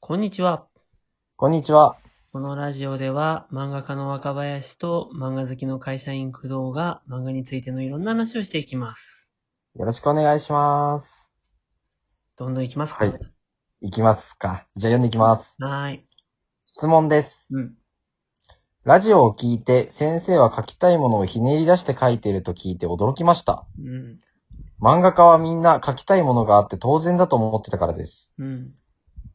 こんにちは。こんにちは。このラジオでは漫画家の若林と漫画好きの会社員工藤が漫画についてのいろんな話をしていきます。よろしくお願いします。どんどんいきますかはいいきますか。じゃあ読んでいきます。はーい。質問です。うん。ラジオを聞いて先生は書きたいものをひねり出して書いていると聞いて驚きました。うん。漫画家はみんな書きたいものがあって当然だと思ってたからです。うん。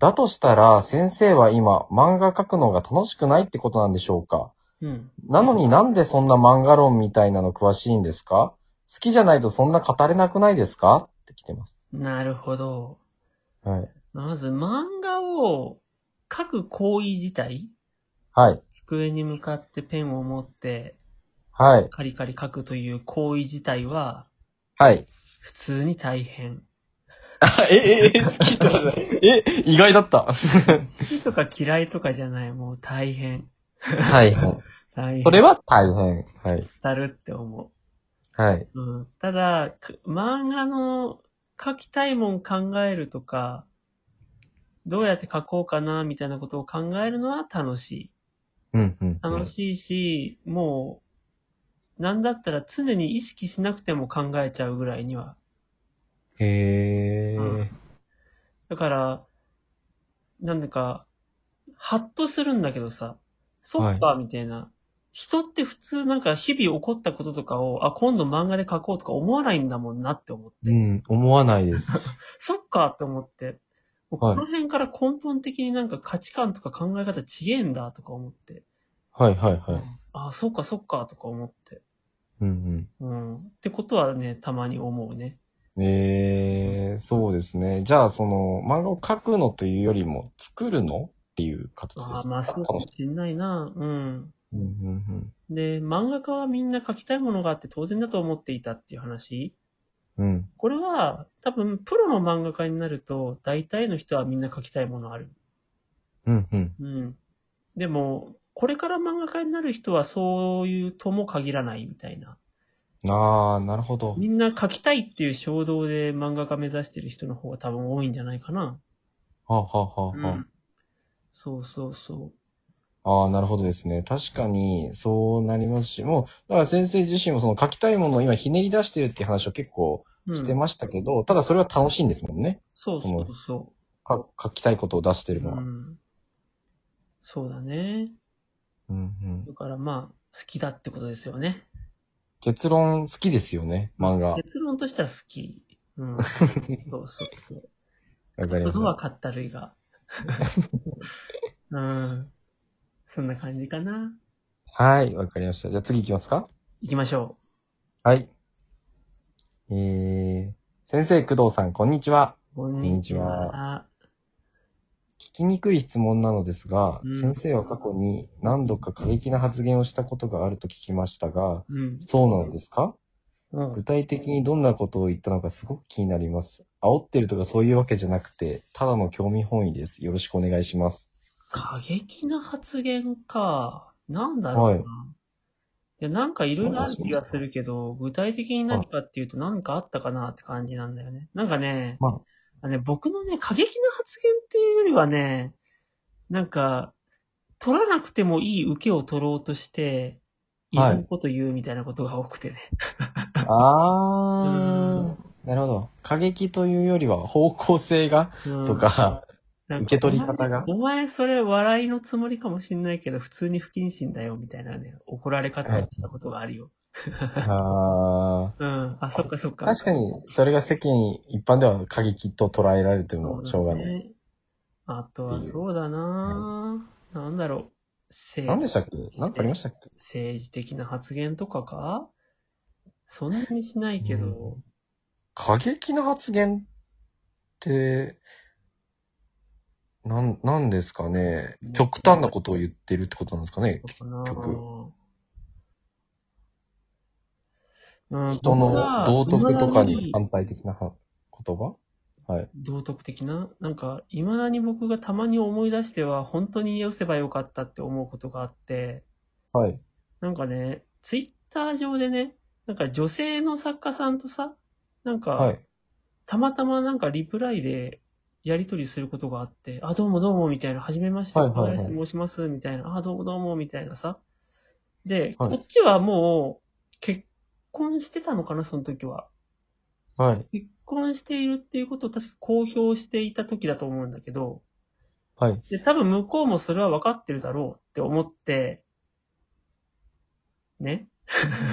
だとしたら先生は今漫画書くのが楽しくないってことなんでしょうかうん。なのになんでそんな漫画論みたいなの詳しいんですか好きじゃないとそんな語れなくないですかって来てます。なるほど。はい。まず漫画を書く行為自体、はい。机に向かってペンを持ってはい。カリカリ書くという行為自体ははい。普通に大変。 え、え、え、好きってました。え、意外だった。好きとか嫌いとかじゃない、もう大変。はい、はい。大変。それは大変。はい。だるって思はい。う。うん、ただ、く漫画の書きたいもん考えるとか、どうやって書こうかな、みたいなことを考えるのは楽しい。うん、うん。楽しいし、もう、なんだったら常に意識しなくても考えちゃうぐらいには。い。へうんー。だから、なんだか、ハッとするんだけどさ、そっか、みたいな。人って普通なんか日々起こったこととかを、あ、今度漫画で書こうとか思わないんだもんなって思って。うん、思わないです。そっかって思って。もうはこいの辺から根本的になんか価値観とか考え方ちげえんだとか思って。はい、はい、はい。あ、そっかそっかとか思って。うん、うん。ってことはね、たまに思うね。うん。えー、そうですね。じゃあ、その、漫画を描くのというよりも、作るのっていう形です。あまあそうかも楽ししんないな。うん。いうん、うん、で、漫画家はみんな描きたいものがあって当然だと思っていたっていう話。うん。うん。これは多分プロの漫画家になると大体の人はみんな描きたいものある。うん、うん。うん。でも、これから漫画家になる人はそういうとも限らないみたいな。あー、なるほど。みんな描きたいっていう衝動で漫画家目指してる人の方が多分多いんじゃないかな。はあ、はあ、はあ、はあ。そうそうそああ、なるほどですね。確かに、そうなりますし、もう、だから先生自身もその書きたいものを今ひねり出してるっていう話を結構う。うん、してましたけど、ただそれは楽しいんですもんね。そうそうそか書きたいことを出してう。るのは。ううんん、そうだね。うんだからまあ、好きだってことですよね。結論好きですよね、漫画。結論としては好き。うん。 そうそうそう。わかりまことはしかったるいが。うん。そんな感じかな。た。はい、わかりました。じゃあ次行きますか。行きましょはい。えー、先生、工藤さん、こんにちは。う。こんにちはは。聞きにくい質問なのですが、うん先生は過去に何度か過激な発言をしたことがあると聞きましたが、うん。そうなんですかうん具体的にどんなことを言ったのかすごく気になります。煽ってるとかそういうわけじゃなくて、ただの興味本位です。よろしくお願いします。過激な発言か。なんだろうな。はい、いや、なんかいろいろある気がするけど、具体的に何かっていうと何かあったかなって感じなんだよね。なんかね、まあね僕のね、過激な発言っていうよりはね、なんか、取らなくてもいい受けを取ろうとして、いはいろんなこと言うみたいなことが多くてね。あ、あー、 なるほど。過激というよりは方向性が、うんとか、なんか受け取り方がお前お前それ笑いのつもりかもしんないけど、普通に不謹慎だよみたいなね、怒られ方をしたことがあるよ。あーうん。あ、そっかそっか。確かにそれが世間一般では過激と捉えられてもしょうがそない。ですね。あとはそうだなぁ、なんだろう。何で政したっけ何かありましたっけ政治的な発言とかかそんなにしないけど、過激な発言って、なん、なんですかね。極端なことを言ってるってことなんですかね。かな結ぁ。うん、人僕のは道徳とか未だに反対的なは言葉はい。道徳的ななんか、未だに僕がたまに思い出しては、本当に寄せばよかったって思うことがあって、はい。なんかね、ツイッター上でね、なんか女性の作家さんとさ、なんか、はい。たまたまなんかリプライで、やりとりすることがあって、あ、どうもどうもみたいな、はじめまして、はいはいはい小林と申しますみたいな、あ、どうもどうもみたいなさ。で、はいこっちはもう、結婚してたのかな、その時は。はい。結婚しているっていうことを確か公表していた時だと思うんだけど、はい。で、多分向こうもそれは分かってるだろうって思って、ね。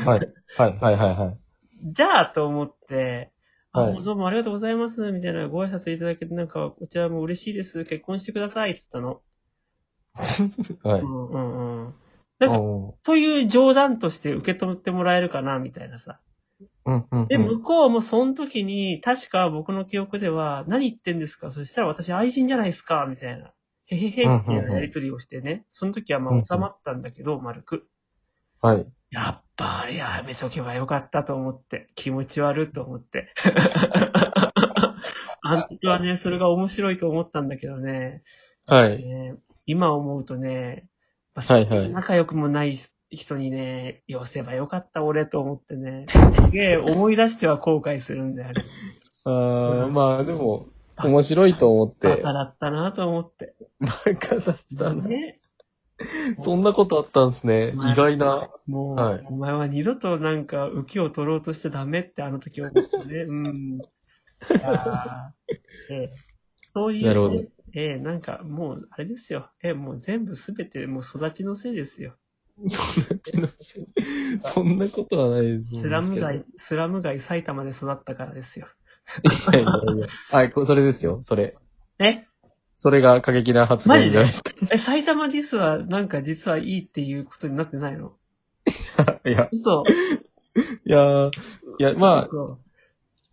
はい。はい。はい。はい。はい。じゃあと思って、あ、はいどうもありがとうございます、みたいなご挨拶いただけて、なんか、こちらも嬉しいです、結婚してください、っつったの。はい。うんうんうん。なんか、おという冗談として受け取ってもらえるかな、みたいなさ。ーうんうんうん。で、向こうもその時に、確か僕の記憶では、何言ってんですかそしたら私愛人じゃないですかみたいな。へへへ、みたいなやりとりをしてね。その時はまうんうあん収まったんだけど、丸く。はい。やっぱあれやめとけばよかったと思って、気持ち悪いと思 って。あの時はね、それが面白いと思ったんだけどね。はい。ね今思うとね、まあはいはい仲良くもない人にね、寄せばよかった俺と思って ね。すげえ思い出しては後悔するんだよね。あーまあでも、面白いと思っバてカ。だったなと思って。バカだったな。ね。 そんなことあったんですね。まあ意外な。 もう、はいお前は二度となんか浮きを取ろうとしてダメってあの時思ったね。うん。いやーええそういう、ね、なるほどええなんかもう、あれですよ。ええもう全部すべて、もう育ちのせいですよ。そんなことはないです。スラム街、スラム街埼玉で育ったからですよ。いやいやいやはい、こそれですよ。それ。えそれが過激な発言じゃないですか。え、埼玉ディスはなんか実はいいっていうことになってないのいや、嘘。いやー、いや、ま嘘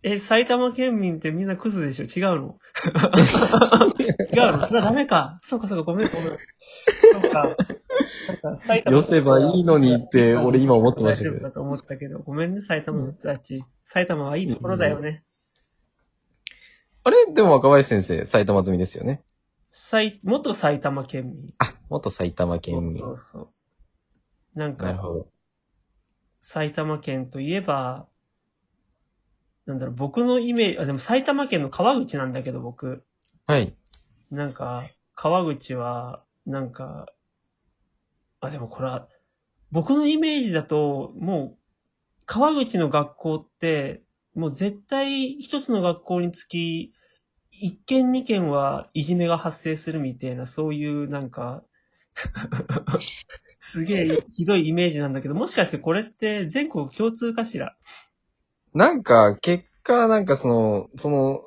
え、埼玉県民ってみんなクズでしょ違う の違うのそれはダメか。そうかそうか、ごめんごめん。そうか。そうか埼あ、玉寄せばいいのにって、俺今思ってましたけ大丈夫ど。だと思ったけど、ごめんね、埼玉の人たち。埼玉はいいところだよね。あれでも若林先生、埼玉済みですよね。埼、元埼玉県民。あ、元埼玉県民そ。うそう。なんなるか、ほど。埼玉県といえば、なんだろう、僕のイメージ、あ、でも埼玉県の川口なんだけど、僕。はい。なんか、川口は、なんか、あ、でもこれは、僕のイメージだと、もう、川口の学校って、もう絶対一つの学校につき、一件二件はいじめが発生するみたいな、そういうなんか、 すげえひどいイメージなんだけど、もしかしてこれって全国共通かしらなんか、結果、なんかその、その、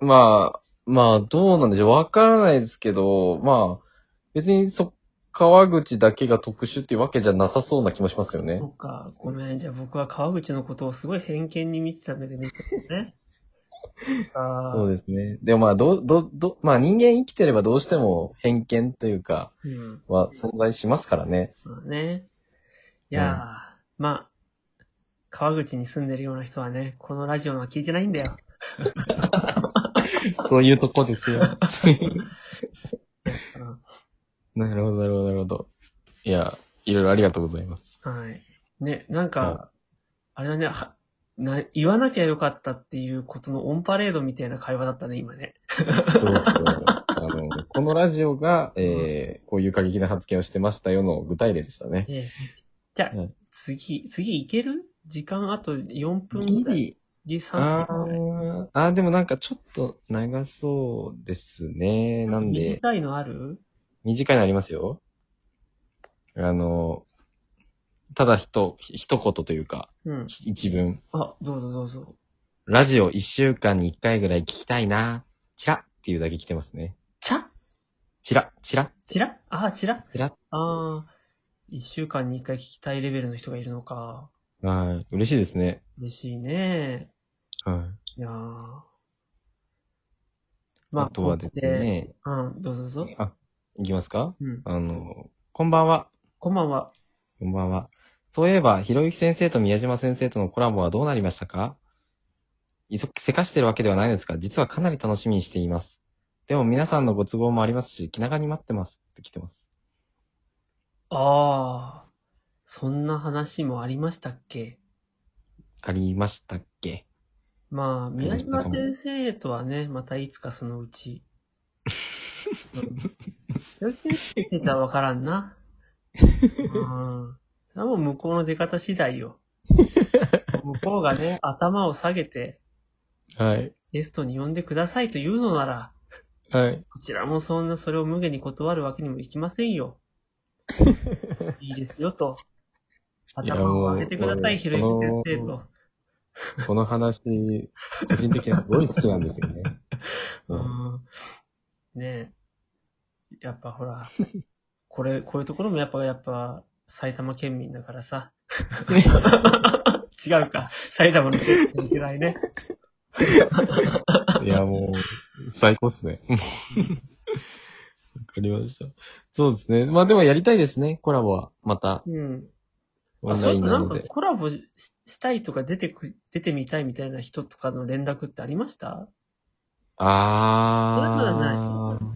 まあ、まあ、どうなんでしょう。わからないですけど、まあ、別にそ、川口だけが特殊っていうわけじゃなさそうな気もしますよねそ。っか、ごめん。じゃあ僕は川口のことをすごい偏見に満ちた目で見てたね。あそうーですね。でもまあ、どう、どう、どう、まあ人間生きてればどうしても偏見というか、うん。は存在しますからね。まあね。いやー、うんまあ、川口に住んでるような人はね、このラジオは聞いてないんだよ。そう いうとこですよ。うんなるほど、なるほど、なるほど。いや、いろいろありがとうございます。はい。ね、なんはか、あれだね、はな言わなきゃよかったっていうことのオンパレードみたいな会話だったね、今ね。そうそう。あの、このラジオが、えー、こういう過激な発言をしてましたよの具体例でしたね。ええじゃあ、うん次、次いける時間あと4分ギぐらい。リ。リあ3分ぐらい。ーあー、でもなんかちょっと長そうですね。なんで、短いのある短いのありますよ。あの、ただひと、ひ一言というか、うん。ひ一文。あ、どうぞどうぞ。ラジオ一週間に一回ぐらい聞きたいな。チラっていうだけ来てますね。チャチラ、チラ、チラあ、チラチラ。ああ、一週間に一回聞きたいレベルの人がいるのか。はい。嬉しいですね。嬉しいね。はいやーまい。あとはです。ね、こんな感じでうん、どうぞどうぞ。あ、いきますかうん。あの、こんばんは。こんばんは。こんばんは。そういえば、ひろゆき先生と宮島先生とのコラボはどうなりましたかいそせかしてるわけではないですが、実はかなり楽しみにしています。でも皆さんのご都合もありますし、気長に待ってますって来てます。ああ、そんな話もありましたっけありましたっけまあ、宮島先生とはね、またいつかそのうち。 うん。宮島先生とはわからんな。うん。それはもう向こうの出方次第よ。向こうがね、頭を下げて、はい。ゲストに呼んでくださいと言うのなら、はい。こちらもそんなそれを無限に断るわけにもいきません よ。いいですよと。いや頭を上げてくださもうい、ひろゆき先生と。この話、個人的にはすごい好きなんですよね。ううんんねえ。やっぱほ ら、これ、こういうところもやっぱ、やっぱ、埼玉県民だから さ。違うか。埼玉の県民嫌いね。 いや、もう、最高っ すね。わかりました。そうですね。まあでもやりたいですね、コラボは。また、うん。オあ、ンそラういイうンのななんのかで。コラボししたいとか出てく、出てみたいみたいな人とかの連絡ってありましたそういうのはあー。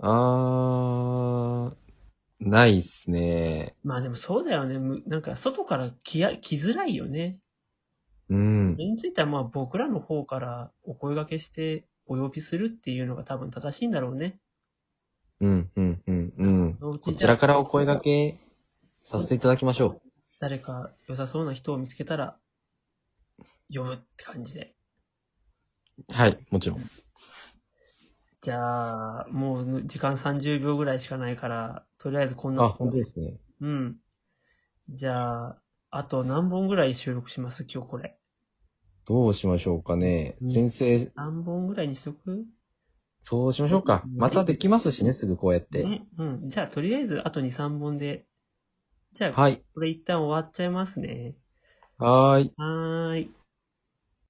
あー。ないっすね。まあでもそうだよね。むなんか外から来や、来づらいよね。うんそ。れについてはまあ僕らの方からお声掛けしてお呼びするっていうのが多分正しいんだろうね。うん、うん、うん、うん。ここちらからお声掛けさせていただきましょ誰か良さそうな人を見つけたら、呼ぶって感じで。う。はい、もちろん。じゃあ、もう時間30秒ぐらいしかないから、とりあえずこんな。あ、本当ですね。うん。じゃあ、あと何本ぐらい収録します今日これ。どうしましょうかね。うん先生、何本ぐらいにしとくそうしましょうか。またできますしね、すぐこうやって。ねうん。じゃあ、とりあえずあと2、3本で。じゃあ、はい。これ一旦終わっちゃいますね。はーい。はーい。